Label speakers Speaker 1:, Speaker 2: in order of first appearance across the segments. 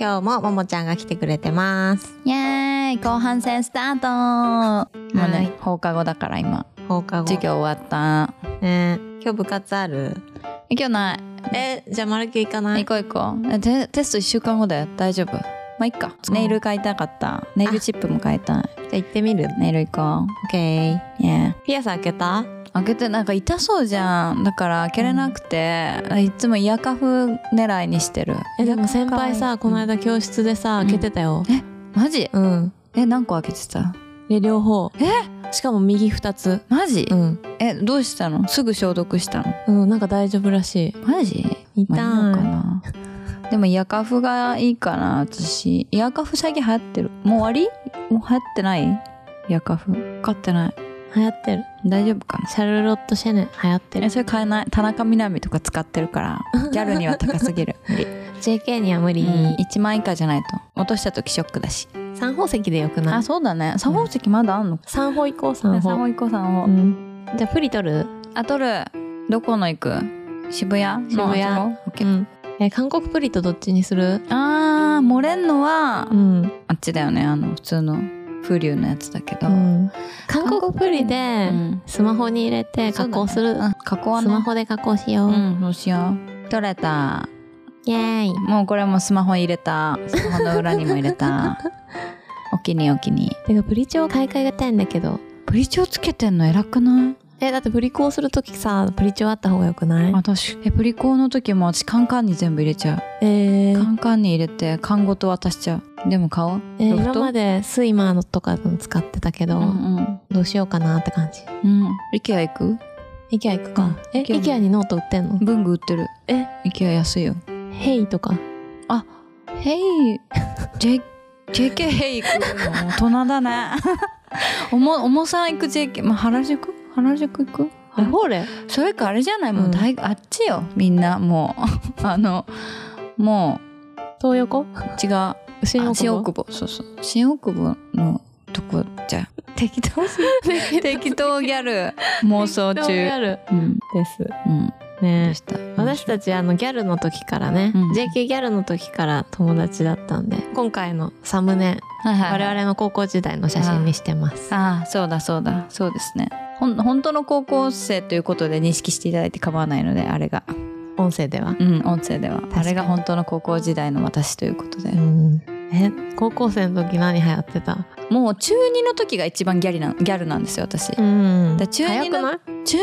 Speaker 1: 今日もももちゃんが来てくれてます
Speaker 2: イエーイ後半戦スタートもう
Speaker 1: は
Speaker 2: ね
Speaker 1: い
Speaker 2: 放課後だから今
Speaker 1: 放課後
Speaker 2: 授業終わった
Speaker 1: ね今日部活ある
Speaker 2: え今日ない
Speaker 1: えじゃあ丸級行かない
Speaker 2: 行こう行こうえテテスト1週間後だよ大丈夫まあいっかネイル買いたかったネイルチップも買いた
Speaker 1: じ
Speaker 2: い
Speaker 1: ゃあ行ってみる
Speaker 2: ネイル行こ
Speaker 1: OK
Speaker 2: うイエ
Speaker 1: ピアス開けた
Speaker 2: ー開けてなんか痛そうじゃんだから開けれなくて、いつもイヤカフ狙いにしてる
Speaker 1: えでも先輩
Speaker 2: う
Speaker 1: さ
Speaker 2: ん
Speaker 1: この間教室でさ
Speaker 2: うん
Speaker 1: 開けてたよ
Speaker 2: マジ
Speaker 1: うん
Speaker 2: え何個開けてた
Speaker 1: で両方しかも右2つ
Speaker 2: マジ、
Speaker 1: うん
Speaker 2: えどうしたのすぐ消毒したの
Speaker 1: うんなんか大丈夫らし
Speaker 2: マジ
Speaker 1: い痛い
Speaker 2: まあいいのかなでもイヤカフがいいかな私イヤカフ最近流行ってるもう終わりもう流行ってないイヤカフ買ってない
Speaker 1: 流行ってる
Speaker 2: 大丈夫かな
Speaker 1: シャルロット・シェネ流行って
Speaker 2: え
Speaker 1: る
Speaker 2: それ買えない田中みな実とか使ってる からギャルには高すぎる無理
Speaker 1: JK には無理、
Speaker 2: うん1万円以下じゃないと落とした時ショックだし
Speaker 1: 三宝石でよくな
Speaker 2: あ
Speaker 1: い
Speaker 2: そうだね三宝石まだあんのか
Speaker 1: 三宝行こう三
Speaker 2: 三
Speaker 1: 宝
Speaker 2: 宝一個三宝
Speaker 1: うんじゃあプリ取る
Speaker 2: あとるどこの行く渋谷
Speaker 1: 渋谷
Speaker 2: のあそこオッケー
Speaker 1: うんえ韓国プリとどっちにする
Speaker 2: あー漏れんのは
Speaker 1: ん、
Speaker 2: あっちだよねあの普通の風流のやつだけど、
Speaker 1: 韓国プリ
Speaker 2: う
Speaker 1: で
Speaker 2: ん
Speaker 1: スマホに入れて加工する、
Speaker 2: うん加工は
Speaker 1: ス
Speaker 2: ね
Speaker 1: マホで加工しよう、
Speaker 2: うんそうしよう取れた
Speaker 1: イエーイ
Speaker 2: もうこれもスマホ入れたスマホの裏にも入れ たお気にお気に
Speaker 1: てかプリ帳買い替えがたいんだけど
Speaker 2: ブリチをつけてんの偉くない
Speaker 1: えだってプリコをするときさプリ帳あった方がよくない
Speaker 2: 私えプリコーの時も私カンカンに全部入れちゃ
Speaker 1: え
Speaker 2: うカ
Speaker 1: ー
Speaker 2: ンカンに入れて缶ごと渡しちゃうでも買おう
Speaker 1: えー
Speaker 2: ロフト
Speaker 1: 今までスイマーのとかの使ってたけど、
Speaker 2: うん
Speaker 1: どうしようかなって感じ
Speaker 2: うんうんイケア行く
Speaker 1: イケア行くか、
Speaker 2: うん
Speaker 1: えイ
Speaker 2: IKEA
Speaker 1: ケアにノート売ってんの
Speaker 2: 文具売ってる
Speaker 1: え
Speaker 2: イケア安いよ
Speaker 1: ヘイとか
Speaker 2: あ、ヘイ、J、JK ヘイ行くの大人 だね。おも、重さん行く JK、まあ、原宿原宿行く
Speaker 1: あほれ
Speaker 2: それかあれじゃない
Speaker 1: う
Speaker 2: も
Speaker 1: ん
Speaker 2: うだい、あっちよ、みんな、もう。 あの、も
Speaker 1: 東 横
Speaker 2: う、違う。あ
Speaker 1: 新大久
Speaker 2: 新
Speaker 1: 保
Speaker 2: 大久保。そうそう。新大久保のとこじゃ。
Speaker 1: 適当すぎ
Speaker 2: 適当ギャル、妄想
Speaker 1: 適当にあ
Speaker 2: 中。
Speaker 1: る
Speaker 2: うん、
Speaker 1: です
Speaker 2: うん。
Speaker 1: ね
Speaker 2: でした。
Speaker 1: 私たちあのギャルの時からね、
Speaker 2: うん
Speaker 1: JK ギャルの時から友達だったんで今回のサムネ、
Speaker 2: はいはいはい、
Speaker 1: 我々の高校時代の写真にしてます
Speaker 2: ああそうだそうだそうですねほん本当の高校生ということで認識していただいて構わないのであれが
Speaker 1: 音声では、
Speaker 2: うん音声では
Speaker 1: かに
Speaker 2: あれが本当の高校時代の私ということで、
Speaker 1: え高校生の時何流行ってた
Speaker 2: もう中2の時が一番ギャリなギャルなんですよ私、
Speaker 1: ん
Speaker 2: だ中二の
Speaker 1: 早く
Speaker 2: 中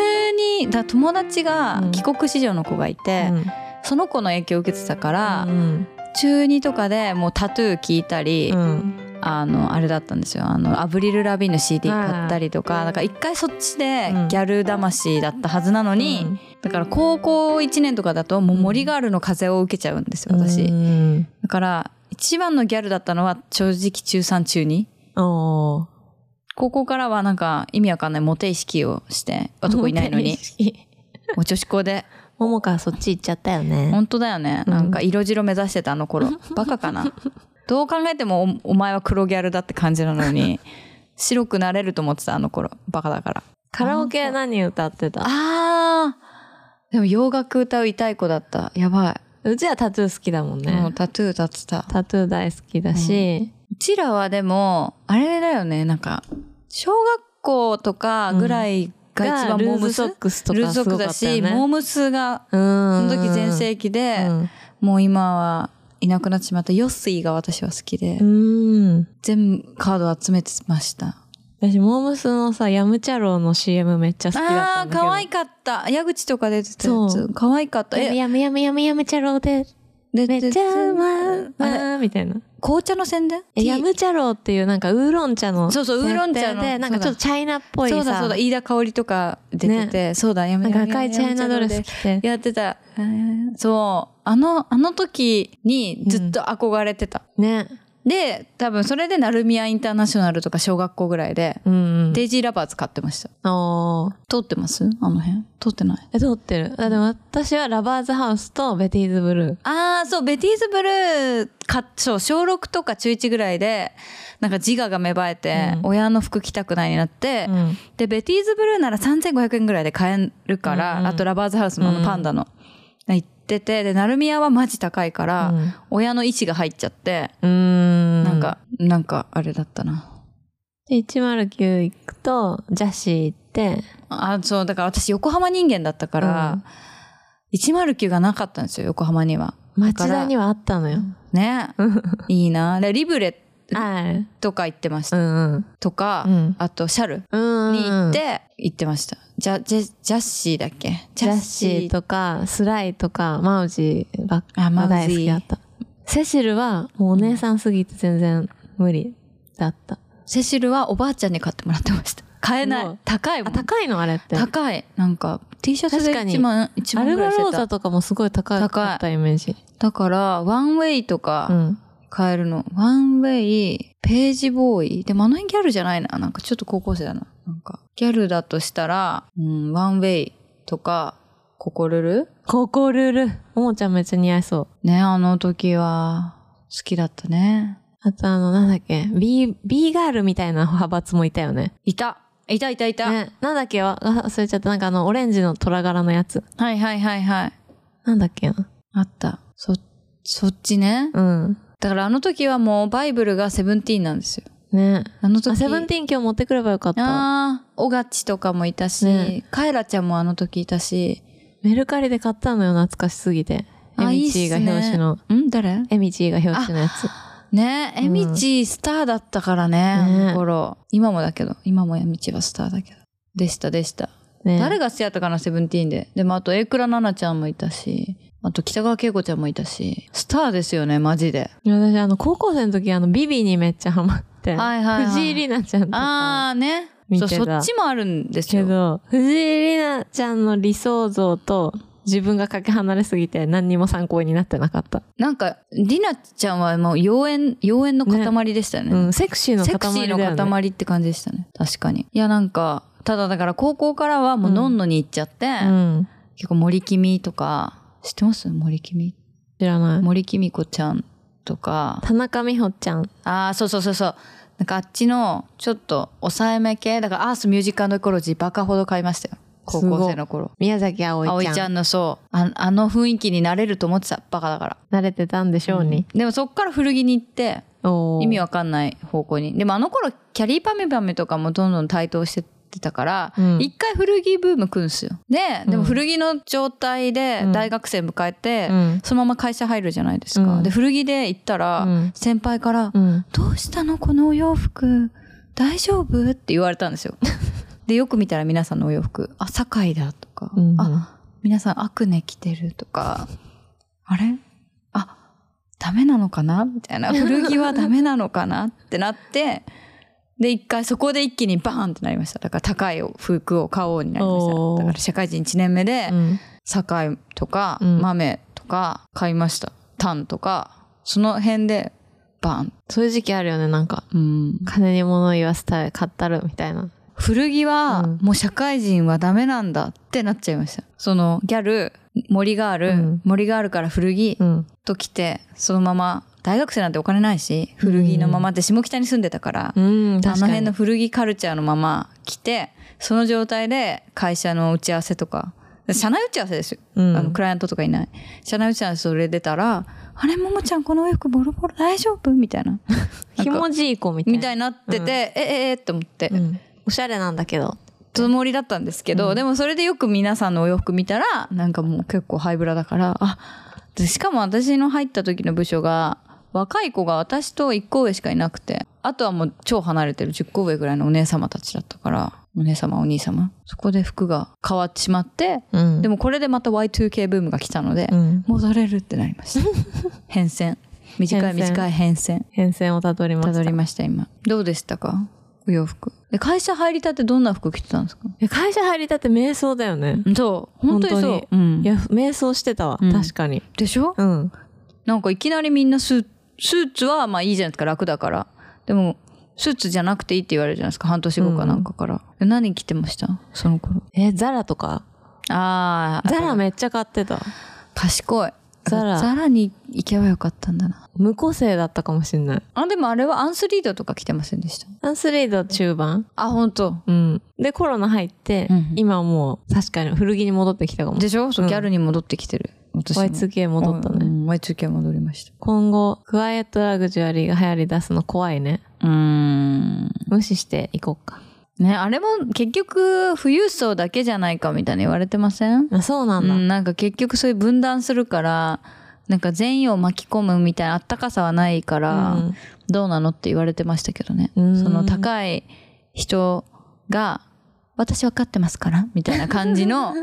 Speaker 2: 2だ友達
Speaker 1: う
Speaker 2: が
Speaker 1: ん
Speaker 2: 帰国子女の子がいて
Speaker 1: ない、、うん
Speaker 2: その子の影響を受けてたから、
Speaker 1: うん
Speaker 2: 中2とかでもうタトゥー聞いたり、
Speaker 1: うん
Speaker 2: あのあれだったんですよあのアブリル・ラビーンの CD 買ったりとかだから一回そっちで
Speaker 1: うん
Speaker 2: ギャル魂だったはずなのに、だから高校1年とかだともう森ガールの風を受けちゃうんですよ私、
Speaker 1: うん
Speaker 2: だから一番のギャルだったのは正直中3中2
Speaker 1: おー
Speaker 2: 高校からはなんか意味わかんないモテ意識をして男いないのにもう女子校で
Speaker 1: ももかそっち行っちゃったよね
Speaker 2: 本当だよね、
Speaker 1: うん
Speaker 2: なんか色白目指してたあの頃バカかなどう考えてもおお前は黒ギャルだって感じなのに白くなれると思ってたあの頃バカだから
Speaker 1: カラオケ何歌ってた
Speaker 2: あーでも洋楽歌う痛い子だったやば
Speaker 1: うちはタトゥー好きだもん
Speaker 2: い、
Speaker 1: ね、
Speaker 2: もうタトゥー歌ってた
Speaker 1: タトゥー大好きだし、
Speaker 2: うちらはでも、あれだよね、なんか、小学校とかぐらいが一番
Speaker 1: ル
Speaker 2: モ
Speaker 1: ー
Speaker 2: ーム
Speaker 1: ズ
Speaker 2: ス、
Speaker 1: ソックスと
Speaker 2: ルー
Speaker 1: か
Speaker 2: ズ
Speaker 1: す
Speaker 2: 族
Speaker 1: ごか
Speaker 2: だ
Speaker 1: った
Speaker 2: し、
Speaker 1: よね
Speaker 2: モームスが、
Speaker 1: う
Speaker 2: そ
Speaker 1: ん
Speaker 2: の時全盛期で、もう今はいなくなってしまったヨッスイが私は好きで、
Speaker 1: うん、うん、
Speaker 2: 全部カード集めてました。
Speaker 1: 私モームスのさヤムチャロウの CM めっちゃ好きだった
Speaker 2: ああ
Speaker 1: ん
Speaker 2: ー、
Speaker 1: だけど
Speaker 2: 可愛かった。矢口とか出てたや
Speaker 1: そ
Speaker 2: つ。可愛かった。
Speaker 1: やめ
Speaker 2: え、
Speaker 1: やめやめやめやめチャロウで
Speaker 2: で
Speaker 1: めっちゃうま
Speaker 2: あれ
Speaker 1: ーみたいな
Speaker 2: 紅茶の宣伝
Speaker 1: えヤ
Speaker 2: T
Speaker 1: ムチャロウっていうなんかウーロン茶の
Speaker 2: そうそうウーロン茶
Speaker 1: 設定
Speaker 2: の
Speaker 1: でなんかちょっとチャイナっぽいさ
Speaker 2: そうだそうだ、飯田香織とか出てて、そうだ、や
Speaker 1: なん
Speaker 2: めや
Speaker 1: か
Speaker 2: め
Speaker 1: 赤いチャイナドレス着て
Speaker 2: やってた。そう。あの、あの時にずっと憧れてた。
Speaker 1: ね
Speaker 2: で、多分それでナルミアインターナショナルとか小学校ぐらいで、
Speaker 1: うん
Speaker 2: デイジーラバーズ買ってました。
Speaker 1: うんおー
Speaker 2: 通ってますあの辺。通ってない。
Speaker 1: え通ってるあでも私はラバーズハウスとベティーズブルー
Speaker 2: ああ、そう、ベティーズブルー買っ、そう、小6とか中1ぐらいで、なんか自我が芽生えて、
Speaker 1: うん
Speaker 2: 親の服着たくないになって、
Speaker 1: うん
Speaker 2: で、ベティーズブルーなら3500円ぐらいで買えるから、
Speaker 1: うんうん
Speaker 2: あとラバーズハウスのあのパンダの、行っっててで成宮はマジ高いから、
Speaker 1: うん
Speaker 2: 親の意思が入っちゃって、
Speaker 1: うーん
Speaker 2: なんかなんかあれだったな
Speaker 1: で109行くとジャシー行って
Speaker 2: あそうだから私横浜人間だったから、109がなかったんですよ横浜には
Speaker 1: 町田に
Speaker 2: は
Speaker 1: はあったのよ
Speaker 2: ね
Speaker 1: うん
Speaker 2: いいなでリブレ
Speaker 1: ある
Speaker 2: とか行ってまし
Speaker 1: う
Speaker 2: た、
Speaker 1: ん
Speaker 2: とか、
Speaker 1: うん
Speaker 2: あとシャル
Speaker 1: うん
Speaker 2: に行って行ってました、ジャジェジャッシーだっけ
Speaker 1: ジャッシーとかスライとかマウジーばっか
Speaker 2: あマウジー
Speaker 1: 大好きだったセシルはもうお姉さんすぎて全然無理だった
Speaker 2: セシルはおばあちゃんに買ってもらってました買えな
Speaker 1: もう
Speaker 2: い高いも
Speaker 1: あ
Speaker 2: ん
Speaker 1: 高いのあれって
Speaker 2: 高いなんか T シャツで
Speaker 1: 確かに
Speaker 2: 1万1
Speaker 1: ア
Speaker 2: 万
Speaker 1: ル
Speaker 2: ぐら
Speaker 1: ガ
Speaker 2: いし
Speaker 1: ロー
Speaker 2: てた
Speaker 1: ザとかもすごい高かったイメージ
Speaker 2: だからワンウェイと
Speaker 1: う
Speaker 2: か
Speaker 1: ん
Speaker 2: 買えるの、ワンウェイページボーイでもあの辺ギャルじゃないななんかちょっと高校生だななんかギャルだとしたら、うん、ワンウェイとかココルル
Speaker 1: ココルルももちゃんめっちゃ似合いそう
Speaker 2: ねあの時は好きだったね
Speaker 1: あとあのなんだっけ B, B ガールみたいな派閥もいたよね
Speaker 2: いたいたいたいた、
Speaker 1: ねなんだっけわ忘れちゃったなんかあのオレンジの虎柄のやつ
Speaker 2: はいはいはいはい
Speaker 1: なんだっけな
Speaker 2: あったそそっちね
Speaker 1: うん
Speaker 2: だからあの時はもうバイブルがセブンティーンなんですよ
Speaker 1: ね
Speaker 2: あの時
Speaker 1: あセブンティーン今日持ってくればよかった
Speaker 2: あーオガチとかもいたし、
Speaker 1: ね
Speaker 2: カエラちゃんもあの時いたし
Speaker 1: メルカリで買ったのよ懐かしすぎてエ
Speaker 2: あ
Speaker 1: ミチーが
Speaker 2: いいっす
Speaker 1: 表紙
Speaker 2: ね
Speaker 1: の
Speaker 2: ん誰
Speaker 1: エミチーが表紙のやつ
Speaker 2: ね
Speaker 1: うん
Speaker 2: えみちスターだったからね、
Speaker 1: ね
Speaker 2: あの頃今もだけど今もえみちはスターだけどでしたでした、
Speaker 1: ね
Speaker 2: 誰
Speaker 1: が
Speaker 2: が好きだったかなセブンティーンででもあと榮倉奈々ちゃんもいたしあと北川景子ちゃんもいたしスターですよねマジで
Speaker 1: 私あの高校生の時あのビビにめっちゃハマって、
Speaker 2: はいはいはい
Speaker 1: 藤井里奈ちゃんとか
Speaker 2: ああね
Speaker 1: 見
Speaker 2: そ
Speaker 1: て
Speaker 2: う
Speaker 1: た
Speaker 2: そっちもあるんです
Speaker 1: け
Speaker 2: よ
Speaker 1: ど藤井里奈ちゃんの理想像と自分がかけ離れすぎて何にも参考になってなかった、
Speaker 2: なんかりなちゃんはもう妖艶妖艶の塊でしたよね
Speaker 1: うん、セクシーの塊
Speaker 2: セ
Speaker 1: だ
Speaker 2: ク
Speaker 1: よ、ね、
Speaker 2: シーの塊って感じでしたね確かにいやなんかただだから高校からはもうのんのに行っちゃって、
Speaker 1: うん、
Speaker 2: 結構森君とか知ってます森君
Speaker 1: 知らない
Speaker 2: 森君子ちゃんとか
Speaker 1: 田中美穂ちゃん
Speaker 2: ああそうそうそうそうなんかあっちのちょっと抑えめ系だからアースミュージックエコロジーバカほど買いましたよ高校生の頃
Speaker 1: 宮崎あお
Speaker 2: 葵
Speaker 1: い
Speaker 2: ち
Speaker 1: ちゃん
Speaker 2: ゃんのそうああの雰囲気になれると思ってたバカだから
Speaker 1: 慣れてたんでしょうに、
Speaker 2: でもそっから古着に行って
Speaker 1: おー
Speaker 2: 意味わかんない方向にでもあの頃キャリーパミュパミュとかもどんどん台頭してってたから、
Speaker 1: うん
Speaker 2: 一回古着ブーム来るんですよでで
Speaker 1: う
Speaker 2: も
Speaker 1: ん
Speaker 2: 古着の状態で
Speaker 1: うん
Speaker 2: 大学生迎えて、
Speaker 1: うん
Speaker 2: そのまま会社入るじゃないですか、
Speaker 1: うん
Speaker 2: で古着で行ったら、
Speaker 1: うん
Speaker 2: 先輩から、
Speaker 1: うん
Speaker 2: どうしたのこのお洋服大丈夫?」って言われたん ですよでよく見たら皆さんのお洋服「あ堺だ」とか「
Speaker 1: うん
Speaker 2: あ皆さんアクネ着てるとか、あれあ、ダメなのかなみたいな。古着はダメなのかなってなって、で、一回そこで一気にバーンってなりました。だから高い服を買おうになりました。
Speaker 1: おー
Speaker 2: だから社会人1年目で
Speaker 1: う、ん
Speaker 2: 堺とか、
Speaker 1: うん
Speaker 2: 豆とか買いました。タンとか、その辺でバーン。
Speaker 1: そういう時期あるよねなんか
Speaker 2: うん
Speaker 1: 金に物言わせたい買ったるみたいな
Speaker 2: 古着は
Speaker 1: うん
Speaker 2: もう社会人はダメなんだってなっちゃいました。そのギャル、森がある、
Speaker 1: うん
Speaker 2: 森があるから古着、
Speaker 1: うん
Speaker 2: と来てそのまま大学生なんてお金ないし古着のままで下北に住んでたから、
Speaker 1: うん
Speaker 2: あ
Speaker 1: 確
Speaker 2: の
Speaker 1: かに
Speaker 2: 辺の古着カルチャーのまま来てその状態で会社の打ち合わせとか社内打ち合わせですよ、
Speaker 1: うん
Speaker 2: あのクライアントとかいない社内打ち合わせそれ出たら「あれももちゃんこのお洋服ボロボロ大丈夫?」みたい な
Speaker 1: ひもじい子みたいな
Speaker 2: みたいになってて「
Speaker 1: う
Speaker 2: えええって思って、
Speaker 1: うんおしゃれなんだけど
Speaker 2: つもりだったんですけど、
Speaker 1: うん
Speaker 2: でもそれでよく皆さんのお洋服見たらなんかもう結構ハイブラだからあでしかも私の入った時の部署が若い子が私と1個上しかいなくてあとはもう超離れてる10個上ぐらいのお姉様たちだったからお姉様お兄様そこで服が変わってしまって
Speaker 1: うん
Speaker 2: でもこれでまた Y2K ブームが来たので、
Speaker 1: うん
Speaker 2: 戻れるってなり ました変遷短
Speaker 1: 変
Speaker 2: い
Speaker 1: 遷
Speaker 2: 短い変遷
Speaker 1: 変遷をたどりま
Speaker 2: た
Speaker 1: し
Speaker 2: ど
Speaker 1: た
Speaker 2: りました今どうでしたかお洋服で会社入りたてどんな服着てたんですか
Speaker 1: え会社入りたって瞑想だよね
Speaker 2: そう本当にそう
Speaker 1: 本
Speaker 2: う、ん
Speaker 1: い、や瞑想してたわ
Speaker 2: うん
Speaker 1: 確かに
Speaker 2: でしょ
Speaker 1: うん
Speaker 2: なんかいきなりみんなスースーツはまあいいじゃないですか楽だからでもスーツじゃなくていいって言われるじゃないですか半年後かなんかから、何着てましたその頃
Speaker 1: えザラとか
Speaker 2: あ
Speaker 1: ザラめっちゃ買ってた
Speaker 2: 賢い
Speaker 1: ザラ
Speaker 2: ザラに行けばよかったんだな
Speaker 1: 無個性だったかもしんない
Speaker 2: あでもあれはアンスリードとか着てませんでした
Speaker 1: アンスリード中盤
Speaker 2: あ本当
Speaker 1: うんでコロナ入って
Speaker 2: うん
Speaker 1: 今もう確かに古着に戻ってきたかも
Speaker 2: でしょそううんギャルに戻ってきてる、私も
Speaker 1: Y2K 戻った
Speaker 2: う
Speaker 1: ね。
Speaker 2: ん Y2K 戻りまし
Speaker 1: 今後、クワイエットラグジュアリーが流行り出すの怖いね。
Speaker 2: た。うん。
Speaker 1: 無視していこうか。
Speaker 2: ね、あれも結局富裕層だけじゃないかみたいに言われてません
Speaker 1: あそうなんだ。
Speaker 2: うん、なんか結局そういう分断するからなんか全員を巻き込むみたいなあったかさはないから、
Speaker 1: うん
Speaker 2: どうなのって言われてましたけどね、
Speaker 1: うん
Speaker 2: その高い人が「私分かってますから」みたいな感じ の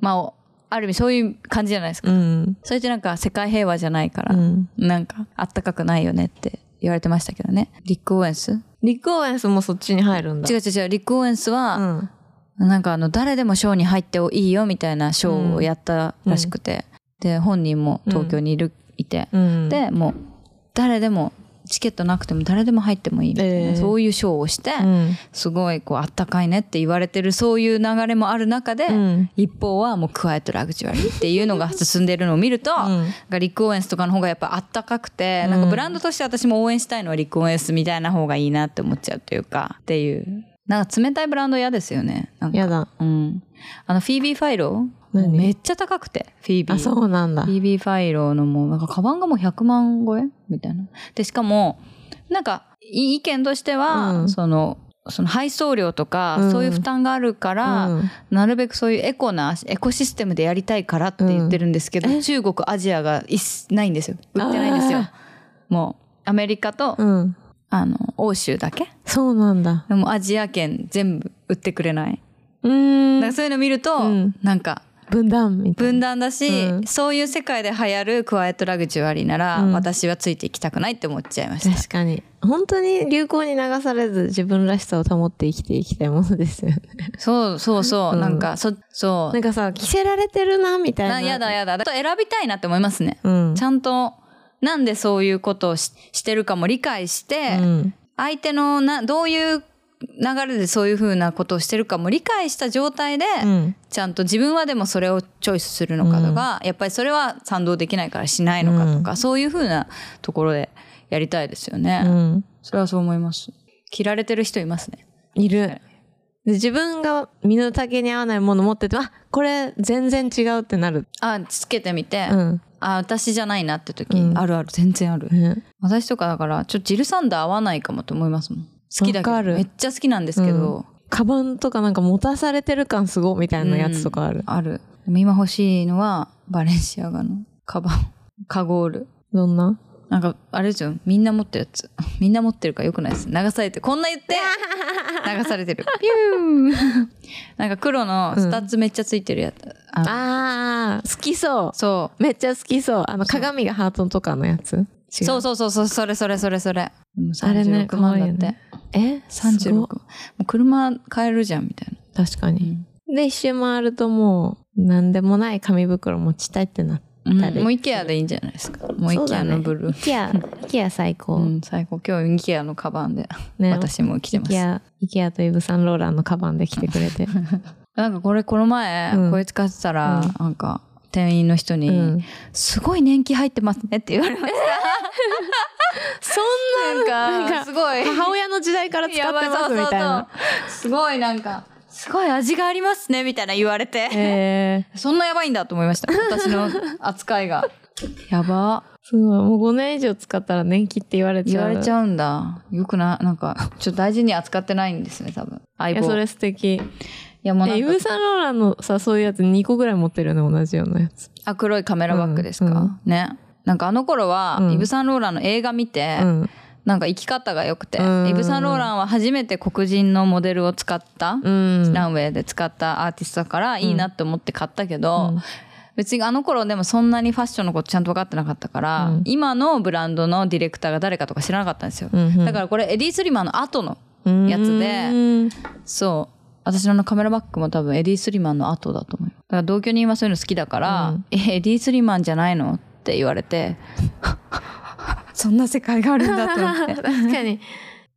Speaker 2: まあおある意味そういう感じじゃないですか、
Speaker 1: うん。
Speaker 2: それってなんか世界平和じゃないか
Speaker 1: う
Speaker 2: ら、
Speaker 1: ん。
Speaker 2: なんかあったかくないよねって言われてましたけどねリック・オーエンス
Speaker 1: リクオーエンスもそっちに入るんだ。
Speaker 2: 違う違う違うリック・オーエンスは、
Speaker 1: うん。
Speaker 2: なんかあの誰でもショーに入ってもいいよみたいなショーをやったらしくて、で本人も東京にいる、いて、
Speaker 1: うん。、
Speaker 2: でもう誰でもチケットなくても誰でも入ってもいいみたいな、
Speaker 1: えー
Speaker 2: そういうショーをして、
Speaker 1: うん。
Speaker 2: すごいこうあったかいねって言われてるそういう流れもある中で、
Speaker 1: うん。
Speaker 2: 一方はもうクワイエットラグジュアリーっていうのが進んでるのを見ると、
Speaker 1: うん
Speaker 2: がリック・オーエンスとかの方がやっぱあったかくて、
Speaker 1: うん
Speaker 2: なんかブランドとして私も応援したいのはリック・オーエンスみたいな方がいいなって思っちゃうというかっていうなんか冷たいブランド嫌ですよねなんか
Speaker 1: やだ。
Speaker 2: うん、あのフィービー・ファイロー
Speaker 1: 何
Speaker 2: めっちゃ高くてフィービー
Speaker 1: あ、そうなんだ
Speaker 2: フ。ィービー・ファイローのもうなんかカバンがもう100万超えみたいなでしかもなんかい意見としては、
Speaker 1: うん
Speaker 2: そのその配送料とか、
Speaker 1: うん
Speaker 2: そういう負担があるから、
Speaker 1: うん
Speaker 2: なるべくそういうエコなエコシステムでやりたいからって言ってるんですけど、中国アジアがいっないんですよ売ってないんですよ
Speaker 1: あ
Speaker 2: もうアメリカと、
Speaker 1: うん。
Speaker 2: あの欧州だけ
Speaker 1: そうなんだ。
Speaker 2: でもアジア圏全部売ってくれな
Speaker 1: う
Speaker 2: い、だか
Speaker 1: ー
Speaker 2: ら
Speaker 1: ん。
Speaker 2: そういうの見ると、
Speaker 1: うん
Speaker 2: なんか
Speaker 1: 分断みたいな。
Speaker 2: 分断だし、
Speaker 1: うん
Speaker 2: そういう世界で流行るクワイエットラグジュアリーなら、
Speaker 1: うん
Speaker 2: 私はついていきたくないって思っちゃいま した。
Speaker 1: 確かに。本当に流行に流されず自分らしさを保って生きていきたいものですよね。
Speaker 2: そうそうそう、
Speaker 1: うん
Speaker 2: なんかそそう
Speaker 1: なんかさ、着せられてるな、みたい
Speaker 2: な
Speaker 1: な。
Speaker 2: やだやだだと選びたいなって思いますね。
Speaker 1: うん。
Speaker 2: ちゃんとなんでそういうことをししてるかも理解して、
Speaker 1: うん。
Speaker 2: 相手のなどういう流れでそういうふうなことをしてるかも理解した状態で、
Speaker 1: うん。
Speaker 2: ちゃんと自分はでもそれをチョイスするのかとか、やっぱりそれは賛同できないからしないのかとか、そういうふうなところでやりたいですよね。
Speaker 1: うん。
Speaker 2: それはそう思います。着られてる人いますね。
Speaker 1: いる。で自分が身の丈に合わないもの持ってて、あ、これ全然違うってなる。
Speaker 2: あ、つけてみて、
Speaker 1: うん。
Speaker 2: あ、私じゃないなって時、
Speaker 1: うん
Speaker 2: あるある、全然ある。
Speaker 1: ね
Speaker 2: 私とかだから、ちょっとジルサンダー合わないかもと思いますもん。好きだけ
Speaker 1: わか
Speaker 2: ど、
Speaker 1: る
Speaker 2: めっちゃ好きなんですけど、
Speaker 1: カバンとかなんか持たされてる感すごいみたいなやつとかある。
Speaker 2: ある。でも今欲しいのは、バレンシアガのカバン、カゴール。
Speaker 1: どんな
Speaker 2: なんか、あれですよ、みんな持ってるやつ。 みんな持ってるからよくないです。流されて、こん な言って、流されてる。ピュー なんか黒のスタッツめっちゃついてるやつ。あの
Speaker 1: あー、好きそう。
Speaker 2: そう。
Speaker 1: めっちゃ好きそう。あの、鏡がハートとかのやつ。違
Speaker 2: そう
Speaker 1: う。
Speaker 2: そうそうそうそれそれそれそれ
Speaker 1: あれね
Speaker 2: 36万だって、
Speaker 1: え
Speaker 2: 36
Speaker 1: すご
Speaker 2: もう車買えるじゃんみたいな
Speaker 1: 確かに。で、一周回るともう、なんでもない紙袋持ちたいってなって。
Speaker 2: うん、
Speaker 1: 誰
Speaker 2: もう IKEA でいいんじゃないですかもう
Speaker 1: そうだ
Speaker 2: IKEA
Speaker 1: ね
Speaker 2: のブルーう,、
Speaker 1: イケ ア、イケア最高。
Speaker 2: ん最高今日 IKEA のカバンで、
Speaker 1: ね、
Speaker 2: 私も着て
Speaker 1: イ
Speaker 2: ます
Speaker 1: ケア、イケアとイブ・サンローランのカバンで来てく れて。
Speaker 2: なんかこれこの前、
Speaker 1: うん
Speaker 2: これ使ってたら、
Speaker 1: うん
Speaker 2: なんか店員の人に、
Speaker 1: うん
Speaker 2: すごい年季入ってますねって言われました
Speaker 1: そ
Speaker 2: なんか
Speaker 1: なんか
Speaker 2: すごい
Speaker 1: ん母親の時代から使ってますみたいな。
Speaker 2: すごいなんかすごい味がありますねみたいな言われて、
Speaker 1: えー、
Speaker 2: そんなやばいんだと思いました。私の扱 いが。やば。
Speaker 1: すごい。もう5年以上使ったら年季って言われち
Speaker 2: 言
Speaker 1: ゃう。
Speaker 2: われち
Speaker 1: う。
Speaker 2: ゃうんだ。よくな、なんか、ちょっと大事に扱ってないんですね、多分。
Speaker 1: い
Speaker 2: 相
Speaker 1: や、
Speaker 2: 棒。
Speaker 1: そ
Speaker 2: い
Speaker 1: れ素敵。
Speaker 2: や、もうな
Speaker 1: えイ
Speaker 2: ん
Speaker 1: ブ・
Speaker 2: か、
Speaker 1: サンローランのさ、そういうやつ2個ぐらい持ってるよね、同じようなやつ。
Speaker 2: あ、黒いカメラバッグですか、
Speaker 1: うんうん
Speaker 2: ね。なんかあの頃は、
Speaker 1: うん
Speaker 2: イブ・サンローランの映画見て、
Speaker 1: うん。
Speaker 2: なんか生き方が良くて、
Speaker 1: うん
Speaker 2: イブ・サンローランは初めて黒人のモデルを使った、
Speaker 1: うん。
Speaker 2: ランウェイで使ったアーティストだからいいなって思って買ったけど、
Speaker 1: うん
Speaker 2: 別にあの頃でもそんなにファッションのことちゃんと分かってなかったから、
Speaker 1: うん
Speaker 2: 今のブランドのディレクターが誰かとか知らなかったんですよ、
Speaker 1: うんうん
Speaker 2: だからこれエディ・スリマンの後の
Speaker 1: うん
Speaker 2: やつで
Speaker 1: うん
Speaker 2: そう私のあのカメラバッグも多分エディ・スリマンの後だと思うよだから同居人はそういうの好きだから「
Speaker 1: うん
Speaker 2: えエディ・スリマンじゃないの?」って言われて そんな世界があるんだと思って
Speaker 1: 確かに。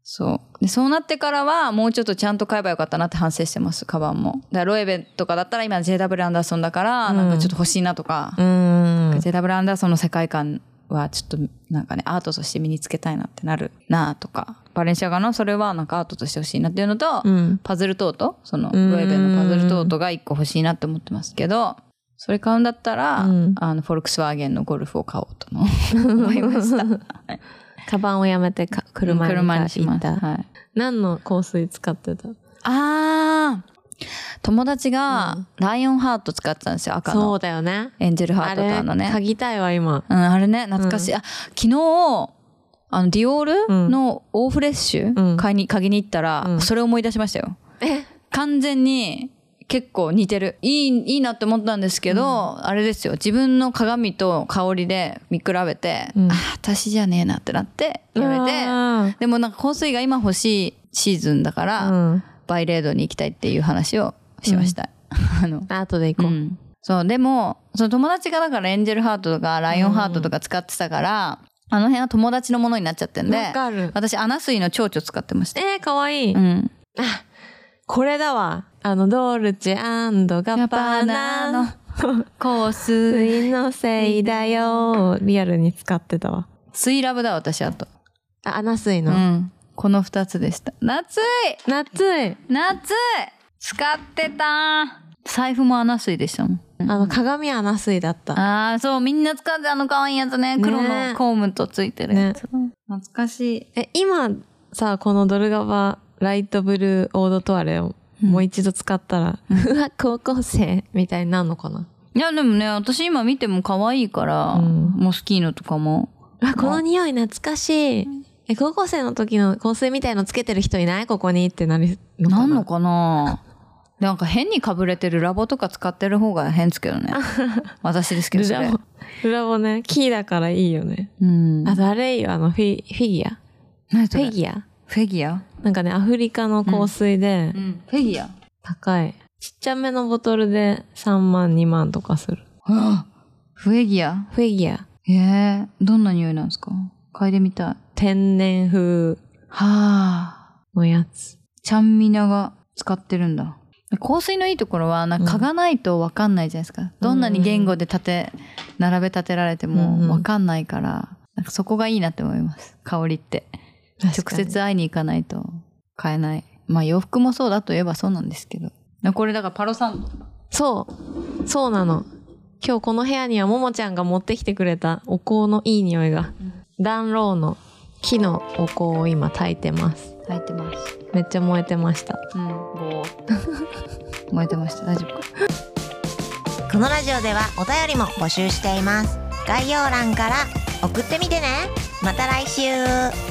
Speaker 2: そうでそうなってからはもうちょっとちゃんと買えばよかったなって反省してますカバンもだからロエベとかだったら今 JW アンダーソンだから、
Speaker 1: うん
Speaker 2: なんかちょっと欲しいなとか、
Speaker 1: うん。
Speaker 2: JW アンダーソンの世界観はちょっとなんかねアートとして身につけたいなってなるなとかバレンシアガのそれはなんかアートとして欲しいなっていうのと、
Speaker 1: うん。
Speaker 2: パズルトートその
Speaker 1: うん
Speaker 2: ロエベのパズルトートが一個欲しいなって思ってますけどそれ買うんだったら、
Speaker 1: うん
Speaker 2: あのフォルクスワーゲンのゴルフを買おうとも思いました
Speaker 1: カバンをやめてか 車に
Speaker 2: 車にし
Speaker 1: 行
Speaker 2: ま
Speaker 1: っ
Speaker 2: す、
Speaker 1: た。
Speaker 2: はい、
Speaker 1: 何の香水使ってた
Speaker 2: あー友達
Speaker 1: う
Speaker 2: が
Speaker 1: ん
Speaker 2: ライオンハート使ってたんですよ赤
Speaker 1: そ
Speaker 2: の
Speaker 1: うだよね。
Speaker 2: エンジェルハー
Speaker 1: あ
Speaker 2: トと
Speaker 1: れ、
Speaker 2: あのね
Speaker 1: 嗅ぎたいわ、今。
Speaker 2: うん、あれね、懐かしい。あ、昨日、あの、ディオールのオーフレッシ
Speaker 1: うん
Speaker 2: ュ買いに、嗅ぎに行ったら、
Speaker 1: うん
Speaker 2: それ思い出しましたよ。
Speaker 1: え
Speaker 2: 完全に、結構似てる。いい、いいなって思ったんですけど、あれですよ。自分の鏡と香りで見比べて、
Speaker 1: うん
Speaker 2: あ、私じゃねえなってなって、やめて。
Speaker 1: め
Speaker 2: でもなんか香水が今欲しいシーズンだから、
Speaker 1: うん。
Speaker 2: バイレードに行きたいっていう話をしました。 あの、
Speaker 1: 後で行こう。
Speaker 2: うんそうでもその友達がだからエンジェルハートとかライオンハートとか使ってたから、あの辺は友達のものになっちゃってんで
Speaker 1: わかる。
Speaker 2: 私アナスイの蝶々使ってました
Speaker 1: えー、かわいい。
Speaker 2: うん
Speaker 1: あ、これだわ。あの、ドルチェガッパーナの
Speaker 2: の香水
Speaker 1: 水のせいだよ。リアルに使ってたわ。
Speaker 2: スイラブだ私あと
Speaker 1: あ、アナスイ
Speaker 2: う
Speaker 1: の。
Speaker 2: んこの2つでした夏い
Speaker 1: 夏い。
Speaker 2: 夏い使ってた財布もアナスイでしたもん
Speaker 1: あの、鏡アナスイだった。
Speaker 2: ああそうみんな使ってあの可愛いやつね黒
Speaker 1: ね
Speaker 2: のコームとついてるやつ、懐かしい
Speaker 1: え、今さ、このドルガバライトブルーオードトワレをもう一度使ったら、うわ、 高校生みたいになるのかな。
Speaker 2: いやでもね私今見ても可愛いから、
Speaker 1: うん
Speaker 2: モスキーノとかも
Speaker 1: うわ、この匂い懐かしい。え、高校生の時の香水みたいのつけてる人いないここにってなるのかな。
Speaker 2: なんのかななんか変にかぶれてるラボとか使ってる方が変ですけど ね私ですけど
Speaker 1: ル
Speaker 2: そ
Speaker 1: ラ
Speaker 2: れ
Speaker 1: ボ。ルラボね、キーだからいいよね。
Speaker 2: うん
Speaker 1: あとあれいいよ、あのフィ、フィギュア
Speaker 2: 何そ
Speaker 1: フ
Speaker 2: れ
Speaker 1: ィギュア
Speaker 2: フェギュア、
Speaker 1: なんかね、アフリカの香水で、
Speaker 2: フェギュア
Speaker 1: 高い。ちっちゃめのボトルで3万、2万とかする。
Speaker 2: あフェギュア
Speaker 1: フィギュア。
Speaker 2: へえどんな匂いなんですか嗅いでみたいは
Speaker 1: 天然風
Speaker 2: あ
Speaker 1: のやつ。
Speaker 2: ちゃんみなが使ってるんだ香水のいいところはなんか嗅がないと分かんないじゃないですか、どんなに言語で立て並べ立てられて
Speaker 1: うんうん
Speaker 2: も分かんないから、なんかそこがいいなって思います香りって直接会いに行かないと買えないまあ洋服もそうだといえばそうなんですけどこれだからパロサンド
Speaker 1: そう。そうなの。今日この部屋にはももちゃんが持ってきてくれたお香のいい匂いが。暖炉の木のお香を今炊いてます。
Speaker 2: 入ってます
Speaker 1: めっちゃ燃えてました。
Speaker 2: うんぼー 燃えてました大丈夫か
Speaker 3: このラジオではお便りも募集しています概要欄から送ってみてねまた来週